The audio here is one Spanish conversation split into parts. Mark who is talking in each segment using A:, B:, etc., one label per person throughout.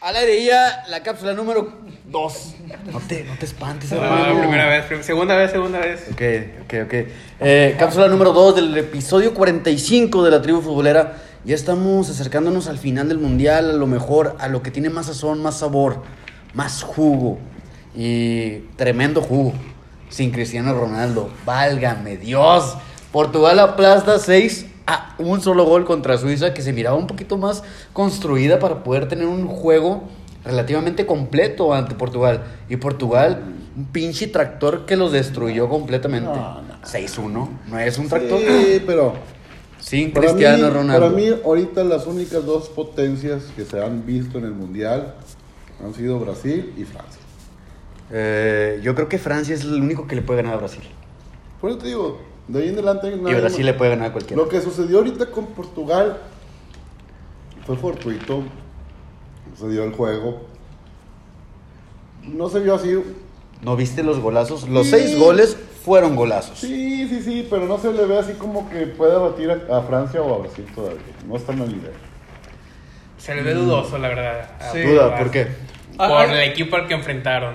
A: Al aire y ya, la cápsula número 2.
B: No te, no te espantes,
C: No,
B: hermano.
C: Ah, primera vez, prim- segunda vez, segunda vez.
A: Ok, ok, ok. Eh, cápsula número 2 del episodio 45 de la tribu futbolera. Ya estamos acercándonos al final del mundial, a lo mejor, a lo que tiene más sazón, más sabor, más jugo. Y tremendo jugo. Sin Cristiano Ronaldo. Válgame Dios. Portugal aplasta 6 a un solo gol contra Suiza, que se miraba un poquito más construida para poder tener un juego relativamente completo ante Portugal. Y Portugal, un pinche tractor que los destruyó completamente.
B: No, no.
A: 6-1, no es un tractor.
D: Sí, pero
A: Sin
D: para
A: Cristiano
D: mí-
A: Ronaldo.
D: Para mí, ahorita las únicas dos potencias que se han visto en el mundial han sido Brasil y Francia.
A: Eh, yo creo que Francia es el único que le puede ganar a Brasil.
D: Por eso te digo, de ahí en adelante.
A: y
D: nadie
A: Brasil
D: más.
A: le puede ganar a cualquiera.
D: Lo que sucedió ahorita con Portugal fue fortuito. Se dio el juego. No se vio así.
A: ¿No viste los golazos? Los
D: Sí.
A: seis goles fueron golazos.
D: Sí, sí, sí, pero no se le ve así como que pueda batir a, a Francia o a Brasil todavía. No está en el nivel.
C: Se le ve dudoso, la verdad. a
B: Sí.
A: Duda,
C: Portugal.
A: ¿por qué?
C: Por el equipo al que enfrentaron.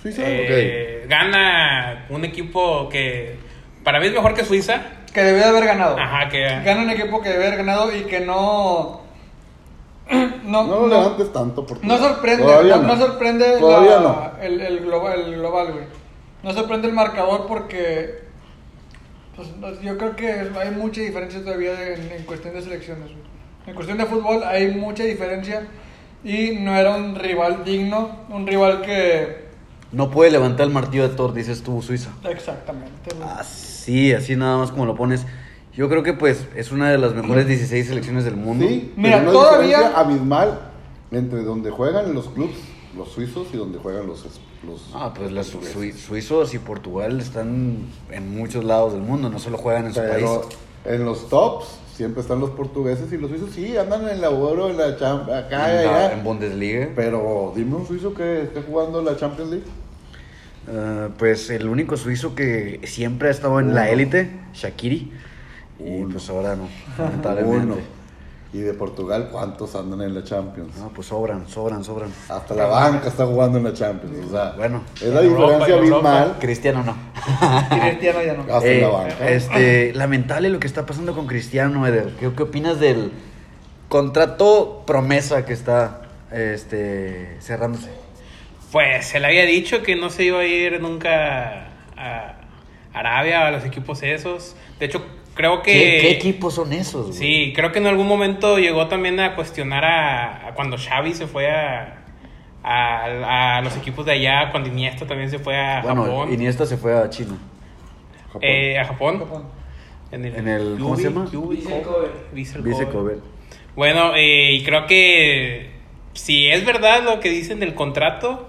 D: Suiza.
C: Eh, Gana un equipo que para mí es mejor que Suiza.
B: Que debió de haber ganado.
C: Ajá, que
B: Gana un equipo que debió haber ganado y que no. No,
D: No lo
B: no-
D: levantes tanto porque
B: no sorprende.
D: Todavía
B: no, no sorprende la-
D: Todavía no.
B: El, el globa- el global, güey. No sorprende el marcador porque. pues, no- yo creo que hay mucha diferencia todavía de- en, en cuestión de selecciones. güey. En cuestión de fútbol hay mucha diferencia y no era un rival digno, un rival que.
A: No puede levantar el martillo de Thor, dices tú, Suiza.
B: Exactamente. güey.
A: Así, así nada más como lo pones. Yo creo que pues es una de las mejores 16 selecciones del mundo.
D: Sí,
B: Mira,
D: pero una
B: todavía-
D: diferencia abismal entre donde juegan los clubs, los suizos, y donde juegan los. es- los
A: Ah, pues los
D: portugueses.
A: sui- suizos y Portugal están en muchos lados del mundo, no solo juegan en su
D: Pero
A: país.
D: en los tops siempre están los portugueses y los suizos sí andan en la oro, en la champ, acá y
A: en, la-
D: allá.
A: en Bundesliga.
D: Pero dime un suizo que esté jugando la Champions League.
A: Ah, pues el único suizo que siempre ha estado en la
D: Uno.
A: élite, Shakiri. Y
D: Uno.
A: pues ahora no, lamentablemente.
D: Uno. Y de Portugal, ¿cuántos andan en la Champions?
A: No, pues sobran, sobran, sobran.
D: Hasta la banca está jugando en la Champions. O sea,
A: Bueno,
D: es la
C: en Europa,
D: diferencia
C: en Europa.
D: abismal
A: Cristiano no.
B: Y Cristiano ya no.
D: hasta en
A: Eh,
D: la banca.
A: Este, lamentable lo que está pasando con Cristiano, Eder. ¿Qué, qué opinas del contrato promesa que está este, cerrándose?
C: Pues se le había dicho que no se iba a ir nunca a Arabia, a los equipos esos. De hecho, creo que...
A: ¿Qué, qué equipos son esos? güey?
C: Sí, creo que en algún momento llegó también a cuestionar a, a cuando Xavi se fue a, a, a los equipos de allá, cuando Iniesta también se fue a
A: Bueno,
C: Japón.
A: Iniesta se fue a China.
D: Japón.
C: Eh, a Japón.
B: Japón.
A: En el- ¿cómo se llama?
C: Yubi,
E: Vissel
C: Kobe.
E: Kobe.
C: Vissel
A: Dice
C: Kobe.
A: Cobel.
C: Bueno, eh, y creo que si es verdad lo que dicen del contrato,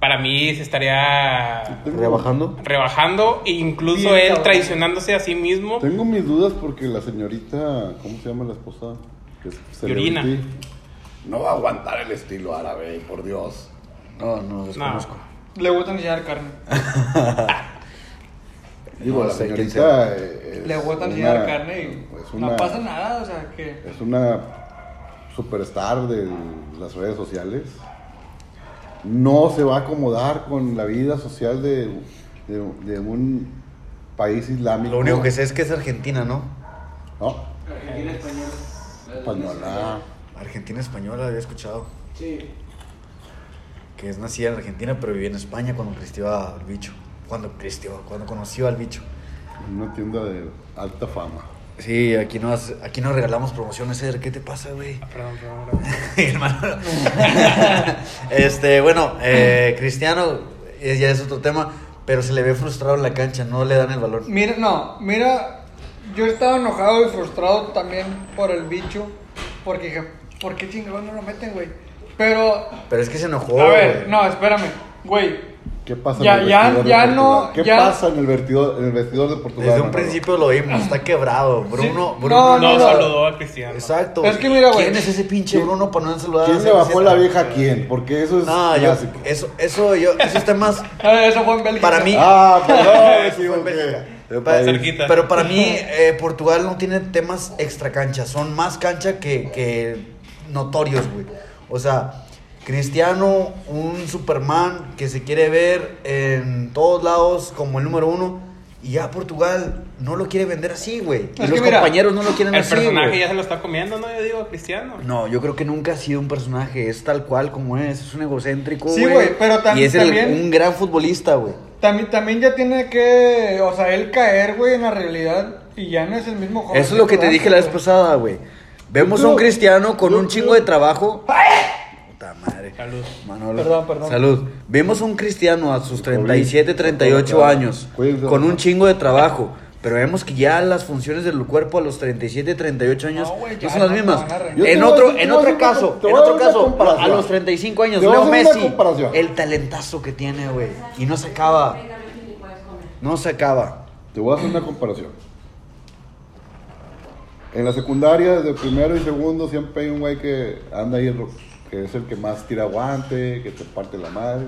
C: para mí se estaría
D: Tengo-
A: ¿Rebajando?
C: rebajando e incluso
B: Bien,
C: él
B: cabrón.
C: traicionándose a sí mismo.
D: Tengo mis dudas porque la señorita, ¿cómo se llama la esposa? Que es
C: Yurina.
D: celebrity. No va a aguantar el estilo árabe, por Dios.
A: No, no, desconozco.
B: Le gusta enseñar carne.
D: Digo,
A: No
D: la
A: sé quién
D: señorita eh, es
B: Le
D: una-
B: gusta enseñar carne y
D: es una,
B: no pasa nada, o sea que.
D: Es una superstar de las redes sociales. No se va a acomodar con la vida social de, de, de un país islámico.
A: Lo único que sé es que es Argentina, ¿no?
D: No,
E: Argentina española.
D: española.
A: Argentina española, había escuchado.
E: Sí.
A: Que es nacida en Argentina, pero vivía en España cuando cristió al bicho. Cuando cristió, cuando conoció al bicho.
D: Una tienda de alta fama.
A: Sí, aquí nos, aquí nos regalamos promociones, Eder. ¿Qué te pasa, güey?
C: Perdón, perdón, perdón.
A: hermano. este, bueno, eh, Cristiano eh, ya es otro tema, pero se le ve frustrado en la cancha, no le dan el valor.
B: Mira, no, mira, yo estaba enojado y frustrado también por el bicho, porque dije, ¿por qué chingados no lo meten, güey? Pero,
A: Pero es que se
D: Oh.
A: enojó.
B: a ver,
A: güey.
B: no, espérame, güey,
D: ¿Qué pasa
B: Ya-
D: en el
B: ya-
D: vestidor de
B: ya
D: Portugal?
B: no-
D: ¿Qué
B: ya-
D: pasa en el vestidor, en el vestidor de Portugal?
A: Desde un
D: Manolo?
A: principio lo vimos, está quebrado. Bruno,
B: no,
A: Bruno.
C: No,
B: no, no.
C: saludó a Cristiano.
A: Exacto.
B: Es que mira, güey.
A: ¿Quién es ese pinche
D: ¿Quién-
A: Bruno para no saludar?
D: ¿Quién
A: a
D: le bajó
A: CR7?
D: la vieja a quién? Porque eso es
A: No, yo, eh,
D: clásico.
A: eso, eso, yo, esos temas
B: eh, eso fue en Bélgica.
A: Para mí-
D: Ah, perdón, me equivoqué.
A: Pero
D: País.
A: para,
C: Cerquita.
A: pero para mí, eh, Portugal no tiene temas extra cancha. Son más cancha que, que notorios, güey. O sea, Cristiano, un Superman que se quiere ver en todos lados como el número uno. Y ya Portugal no lo quiere vender así, güey. Y
B: Es
A: los
B: que mira,
A: compañeros no lo quieren
C: El
A: así.
C: personaje
A: güey.
C: ya se lo está comiendo, ¿no? Yo digo, Cristiano.
A: No, yo creo que nunca ha sido un personaje. Es tal cual como es. Es un egocéntrico,
B: Sí, güey, pero tam-
A: Y es el-
B: también-
A: un gran futbolista, güey.
B: También, también ya tiene que, o sea, él caer, güey, en la realidad y ya no es el mismo joven.
A: Eso es lo que te dije la vez pasada, güey. Vemos a un cristiano con un chingo de trabajo. Puta madre.
C: Salud.
A: Manolo.
B: Perdón, perdón.
A: Salud. Vemos a un cristiano a sus 37, 38 años,
D: Cuidado.
A: con un chingo de trabajo. Pero vemos que ya las funciones del cuerpo a los 37, 38 años
B: No, güey,
A: no
B: ya
A: son las
B: no,
A: mismas.
B: no, agarra.
D: Yo te
A: En
D: voy a
A: otro,
D: decir-
A: en
D: te voy a
A: otro
D: hacer una-
A: caso,
D: te
A: en
D: voy a
A: otro
D: hacer una
A: caso, a
D: comparación.
A: los 35 años,
D: Te voy a
A: Leo
D: hacer una
A: Messi,
D: comparación.
A: el talentazo que tiene, güey. Y no se acaba,
E: Venga, Luis, y puedes comer.
A: no se acaba.
D: Te voy a hacer una comparación. En la secundaria, de primero y segundo, siempre hay un güey que anda ahí, ro- que es el que más tira guante, que te parte la madre.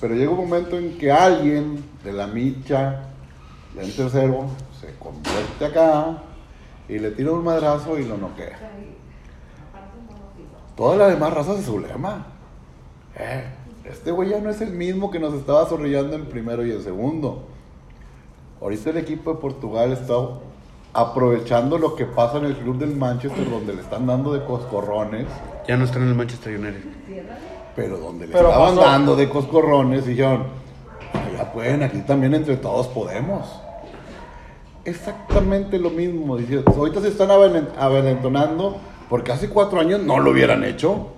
D: Pero llega un momento en que alguien de la micha, de un tercero, se convierte acá y le tira un madrazo y lo noquea. Toda la demás raza se sublema. Eh, este güey ya no es el mismo que nos estaba zorrillando en primero y en segundo. Ahorita el equipo de Portugal está aprovechando lo que pasa en el club del Manchester, donde le están dando de coscorrones,
A: Ya no están en el Manchester United.
D: pero donde le
B: Pero
D: estaban
B: pasó.
D: dando de coscorrones, y dijeron, ya pueden, aquí también entre todos podemos. Exactamente lo mismo, dice, ahorita se están avalen- avalentonando, porque hace cuatro años no lo hubieran hecho.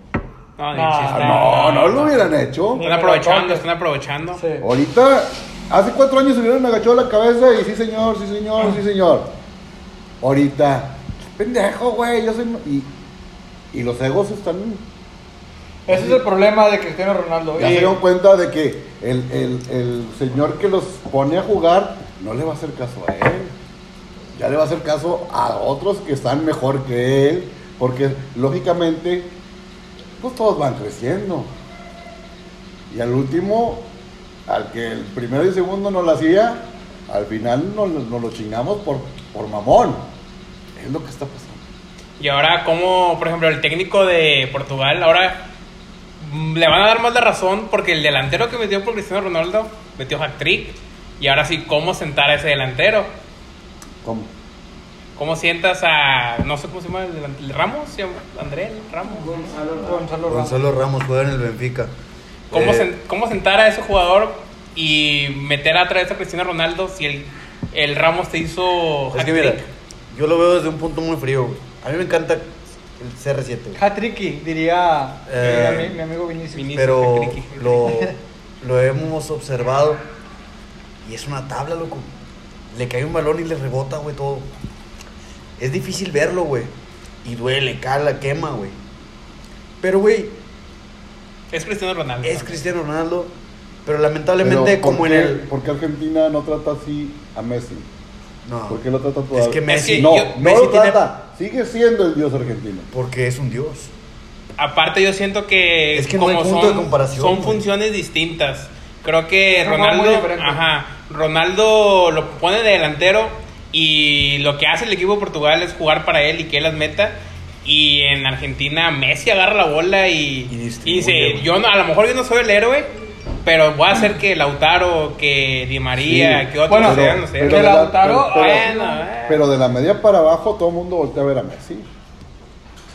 C: No,
B: No,
C: sí
D: Ah,
C: está-
D: No, no lo hubieran hecho.
C: Están aprovechando, están aprovechando.
B: Sí.
D: Ahorita, hace cuatro años se hubieran agachado la cabeza y sí señor, sí señor, sí señor. Ahorita, qué pendejo, güey, yo soy... ma- Y, y los egos están...
B: Ese es el problema de Cristiano Ronaldo.
A: Eh,
D: Ya
B: y-
D: se dieron cuenta de que el, el- el señor que los pone a jugar no le va a hacer caso a él. Ya le va a hacer caso a otros que están mejor que él. Porque lógicamente, pues todos van creciendo. Y al último, al que el primero y segundo no lo hacía, al final nos, nos lo chingamos por, por mamón. Es lo que está pasando.
C: Y ahora, como, por ejemplo, el técnico de Portugal, ahora mm, le van a dar más la razón porque el delantero que metió por Cristiano Ronaldo metió hat-trick. Y ahora sí, ¿cómo sentar a ese delantero?
D: ¿Cómo?
C: ¿Cómo sientas a, no sé cómo se llama, el delantero, Ramos? ¿Se llama? Andrés Ramos.
B: Gonzalo Ramos.
A: Gonzalo Ramos juega en el Benfica.
C: ¿Cómo,
A: Eh,
C: sen- cómo sentar a ese jugador y meter a través a Cristiano Ronaldo si el, el Ramos te hizo
A: Es que
C: hat-trick?
A: mira, yo lo veo desde un punto muy frío. güey. A mí me encanta el CR7, güey.
B: Hatricky, diría
A: Eh,
B: eh, mi, mi amigo Vinicius.
C: Vinicius.
A: pero
C: Tricky, tricky.
A: lo, lo hemos observado y es una tabla, loco. Le cae un balón y le rebota, güey, todo. Es difícil verlo, güey. Y duele, cala, quema, güey. Pero, güey,
C: Es Cristiano Ronaldo.
A: es
C: también.
A: Cristiano Ronaldo. Pero lamentablemente,
D: Pero, ¿por
A: como en
D: qué-
A: el.
D: ¿Por qué Argentina no trata así a Messi?
A: No,
D: ¿Por qué lo trata todavía?
A: Es que Messi-
C: Es que
D: no,
C: yo-
D: no
A: Messi
D: lo
A: tiene-
D: trata. Sigue siendo el dios argentino.
A: porque es un dios.
C: Aparte yo siento que,
A: Es que no hay punto de comparación,
C: son
A: güey.
C: funciones distintas. Creo que
B: Es un juego muy
C: Ronaldo,
B: diferente.
C: ajá, Ronaldo lo pone de delantero y lo que hace el equipo de Portugal es jugar para él y que él las meta. Y en Argentina Messi agarra la bola y,
A: Y
C: y
A: distribuye,
C: dice,
A: güey.
C: yo no, a lo mejor yo no soy el héroe, pero voy a hacer que Lautaro, que Di María,
D: Sí.
C: que otros
B: Bueno,
C: sean, no sé.
B: pero-
D: de la-
B: Lautaro,
D: pero-
C: bueno,
A: Ah.
C: eh.
D: pero de la media para abajo todo el mundo voltea a ver a Messi.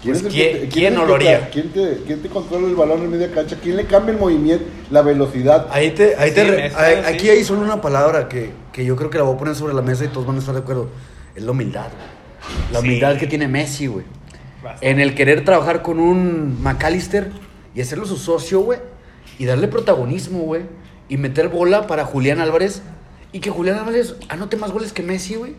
A: Pues,
D: es el
A: ¿quién-
D: que te-
A: quién
D: es el
A: no
D: que
A: lo
D: te-
A: haría?
D: ¿quién te, quién te controla el balón en media cancha? ¿Quién le cambia el movimiento, la velocidad?
A: Ahí te, ahí te
C: Sí,
A: re-
C: me está,
A: ahí-
C: sí.
A: aquí hay solo una palabra que, que yo creo que la voy a poner sobre la mesa y todos van a estar de acuerdo. Es la humildad. güey. La
C: Sí.
A: humildad que tiene Messi, güey.
C: Bastante.
A: En el querer trabajar con un McAllister y hacerlo su socio, güey. Y darle protagonismo, güey. Y meter bola para Julián Álvarez. Y que Julián Álvarez anote más goles que Messi, güey.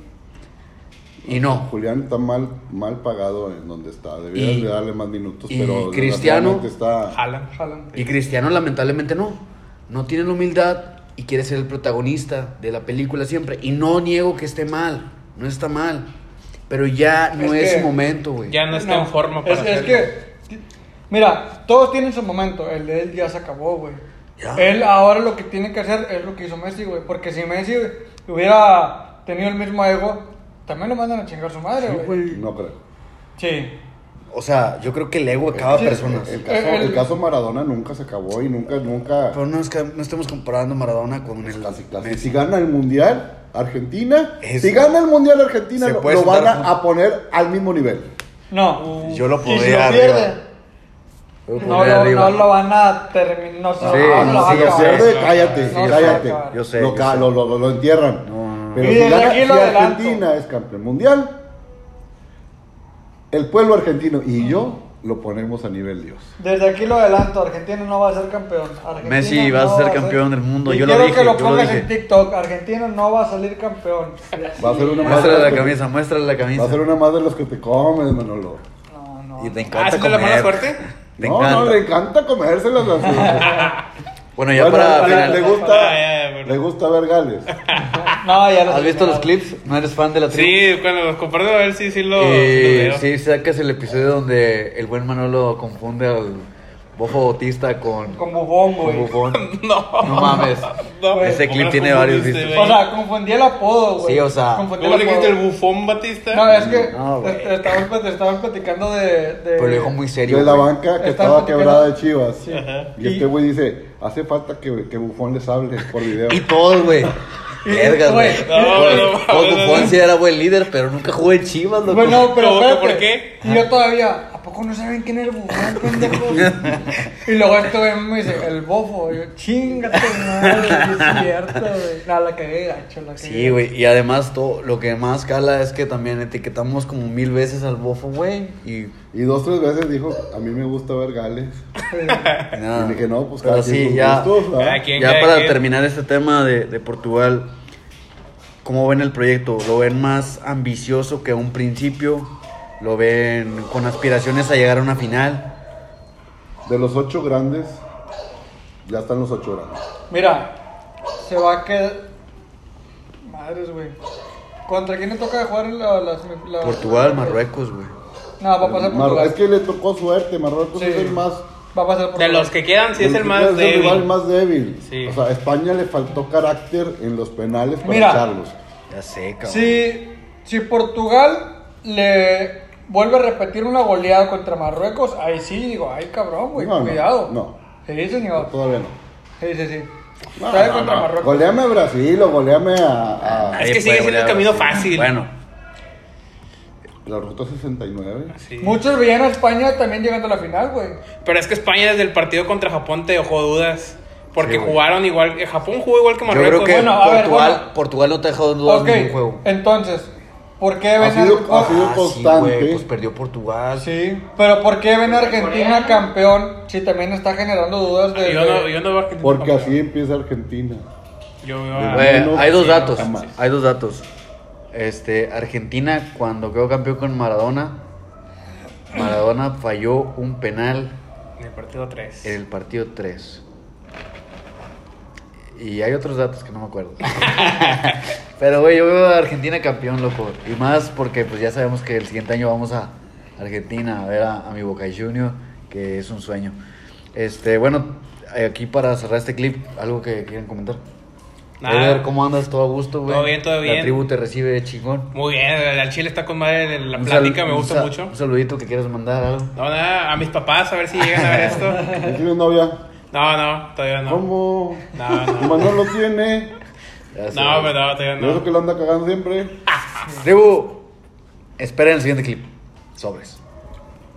A: Y no.
D: Julián está mal, mal pagado en donde está. Deberías
A: Y-
D: de darle más minutos,
A: y
D: pero
A: Cristiano-
D: desgraciadamente está
C: Haaland.
B: Haaland.
A: Y Cristiano lamentablemente no. No tiene la humildad y quiere ser el protagonista de la película siempre. Y no niego que esté mal. No está mal. Pero ya no
B: Es
A: es,
B: que
A: su momento, güey.
C: Ya no está en forma para
B: es, es
C: hacerlo.
B: que, mira, todos tienen su momento. El de él ya se acabó, güey.
A: Ya.
B: Él ahora lo que tiene que hacer es lo que hizo Messi, güey. Porque si Messi hubiera tenido el mismo ego, también lo mandan a chingar su madre, güey.
D: No creo.
B: Sí.
A: O sea, yo creo que el ego de cada
B: Sí,
A: persona.
D: El caso, el caso Maradona nunca se acabó y nunca, nunca.
A: Pero no, es que no estemos comparando Maradona con el
D: Casi, casi.
A: Messi.
D: Si gana el mundial Argentina,
A: Eso.
D: si gana el mundial Argentina,
A: Se
D: lo,
A: puede
D: lo van
A: sentar
D: a,
A: junto.
D: a poner al mismo nivel.
B: No.
A: Yo lo
B: Y si
A: pondría
B: lo
A: arriba.
B: pierde,
A: Yo lo
B: no
A: pondría
B: lo,
A: arriba.
B: no lo van a terminar. No, se-
A: Sí,
B: no se lo
D: no,
B: van
D: si
B: a
D: lo
B: acabar.
D: pierde,
C: No,
D: Ah, cállate,
B: no, no,
D: cállate.
B: no,
A: yo sé,
D: lo,
A: yo
D: ca-
A: sé.
D: lo- lo- lo entierran. Pero
B: Y
D: si,
B: desde
D: gana-
B: aquí lo
D: si
B: adelanto.
D: Argentina es campeón mundial, el pueblo argentino y yo lo ponemos a nivel Dios.
B: Desde aquí lo adelanto, Argentina no va a ser campeón. Argentina
A: Messi, vas a
B: no
A: ser
B: va
A: campeón del mundo,
B: Y
A: yo lo
B: quiero
A: dije,
B: que lo
A: yo lo
B: pongas en
A: dije.
B: TikTok, Argentina no va a salir campeón.
D: Va a ser una más de
A: Muéstrale
D: los
A: la
D: que-
A: camisa, muéstrale la
D: Va a ser
A: camisa.
D: una más de los que te comes, Manolo.
B: No, no.
A: Y te
C: Ah,
A: encanta
C: ¿sí te la mala
A: comer.
C: suerte?
A: Te
D: no,
A: encanta.
D: no, le encanta comérselas. las-
A: Bueno, ya
D: Bueno,
A: para
D: le, le
A: final.
D: gusta,
C: Ah, ya, bueno.
D: le gusta ver Gales.
B: No, ya lo
A: ¿Has
B: sé,
A: visto
B: ya.
A: los clips? ¿No eres fan de la tribu?
C: Sí, cuando los comparto a ver si sí lo,
A: Eh,
C: lo veo.
A: sí, sacas el episodio donde el buen Manolo confunde al Bofo Bautista con,
B: Con Bufón, güey.
A: con Bufón.
C: No.
A: No mames.
C: No,
A: Ese
C: ¿cómo
A: clip
C: lo
A: tiene varios
C: confundiste,
A: vistas.
C: güey?
B: O sea, confundí el apodo, güey.
A: Sí, o sea,
B: Confundí
C: ¿Cómo le dijiste el
B: apodo.
C: bufón Batista?
B: No, es que
A: No, güey.
B: te- te estabas pl- te estabas platicando de... de-
A: Pero lo dijo muy serio.
D: De la
A: güey.
D: banca que
B: Está
D: estaba
B: platicando.
D: quebrada de Chivas.
B: Ajá.
D: Y este güey dice, hace falta que, que Bufón les hable por video.
A: Y todo, güey. Vergas, güey.
B: Güey,
C: no,
A: Güey,
C: no,
A: Paul
C: no, no,
A: Buffon
C: no.
A: sí era buen líder, pero nunca jugó en Chivas, loco.
B: Bueno, pero
C: ¿Cómo que
B: espérate.
C: por qué?
B: Y yo todavía, ¿a poco no saben quién es el bufón, pendejos? y luego este güey me dice, el bofo. Y yo, chingate, madre, sí es cierto, güey. No, la cagué, gacho, la cagué.
A: Sí, güey. Y además, todo, lo que más cala es que también etiquetamos como mil veces al Bofo, güey. Y
D: Y dos, tres veces dijo, a mí me gusta ver Gales.
C: Ah.
A: nada.
D: Y dije, no, pues
A: Pero
D: cada quien
A: sí,
D: sus
A: ya.
D: gustos, ¿verdad?".
C: Cada quien.
A: Ya
C: cada
A: para
C: quien.
A: terminar este tema de, de Portugal, ¿cómo ven el proyecto? ¿Lo ven más ambicioso que a un principio? ¿Lo ven con aspiraciones a llegar a una final?
D: De los ocho grandes, ya están los ocho grandes.
B: Mira, se va a quedar... Madres, güey. ¿Contra quién le toca jugar la, las- la-
A: Portugal, Marruecos, güey.
B: No, Ah, va a pasar
D: Mar-
B: Portugal.
D: es que le tocó suerte, Marruecos
B: Sí.
D: es el más...
B: Va a pasar por
C: De los que quedan, sí es el más débil.
D: rival más débil.
C: Sí.
D: O sea, a España le faltó carácter en los penales para
B: Mira.
D: echarlos.
A: Ya sé, cabrón.
B: Si, si Portugal le vuelve a repetir una goleada contra Marruecos, ahí sí digo, ay cabrón, güey,
D: No, no,
B: cuidado.
D: no.
B: Sí, señor.
D: Todavía no.
B: Sí, sí, sí.
D: No,
B: Trae
C: no,
B: contra
C: no.
B: Marruecos.
D: Goleame a Brasil o goleame a, a
C: Es que
A: Ahí
C: sigue
A: fue,
C: siendo el
A: güey,
C: camino
A: sí.
C: fácil.
A: Bueno,
D: la Ruta 69.
C: Sí.
B: Muchos veían a España también llegando a la final, güey.
C: Pero es que España desde el partido contra Japón te dejó dudas. Porque
A: Sí, güey.
C: jugaron igual. eh, Japón jugó igual que
A: yo
C: Marruecos.
A: creo que
B: Bueno, a ver,
A: Portugal,
B: bueno.
A: Portugal no te dejó dudas
B: Ok,
A: ningún juego.
B: entonces, ¿por qué
D: Ha
B: ven a
D: sido- ha sido-
B: Argentina?
A: Ah, sí, güey,
D: constante.
A: pues perdió Portugal.
B: Sí, pero ¿por qué ven a Argentina campeón si también está generando dudas de...
C: Yo no, yo no veo a Argentina
D: Porque
C: campeón.
D: así empieza Argentina.
C: eh, Yo veo
D: Ah,
C: a-
A: Güey,
D: no,
A: hay dos
D: sí,
A: datos.
D: no, jamás.
A: Hay dos datos. Este, Argentina, cuando quedó campeón con Maradona, Maradona falló un penal
C: en el partido 3.
A: en el partido 3. Y hay otros datos que no me acuerdo. Pero, güey, yo veo a Argentina campeón, loco. Y más porque, pues, ya sabemos que el siguiente año vamos a Argentina a ver a, a mi Boca Junior, que es un sueño. Este, bueno, aquí para cerrar este clip, algo que quieran comentar.
C: Nada.
A: Eder, ¿cómo andas? ¿Todo a gusto, güey?
C: Todo bien, todo
A: La
C: bien.
A: tribu te recibe chingón.
C: Muy bien, el al Chile está con madre. La
A: Un
C: plática
A: sal-
C: me
A: un
C: gusta
A: sa-
C: mucho.
A: Un saludito que quieras mandar, algo.
C: No, nada, a mis papás, a ver si llegan a ver esto.
D: ¿No tiene novia?
C: No, no, todavía no.
D: ¿Cómo?
C: No,
D: Tu
C: no.
D: Manuel lo tiene.
A: Ya sé.
C: No, pero no, todavía
D: Yo
C: no.
D: creo que lo anda cagando siempre.
A: Tribu, esperen el siguiente clip. Sobres.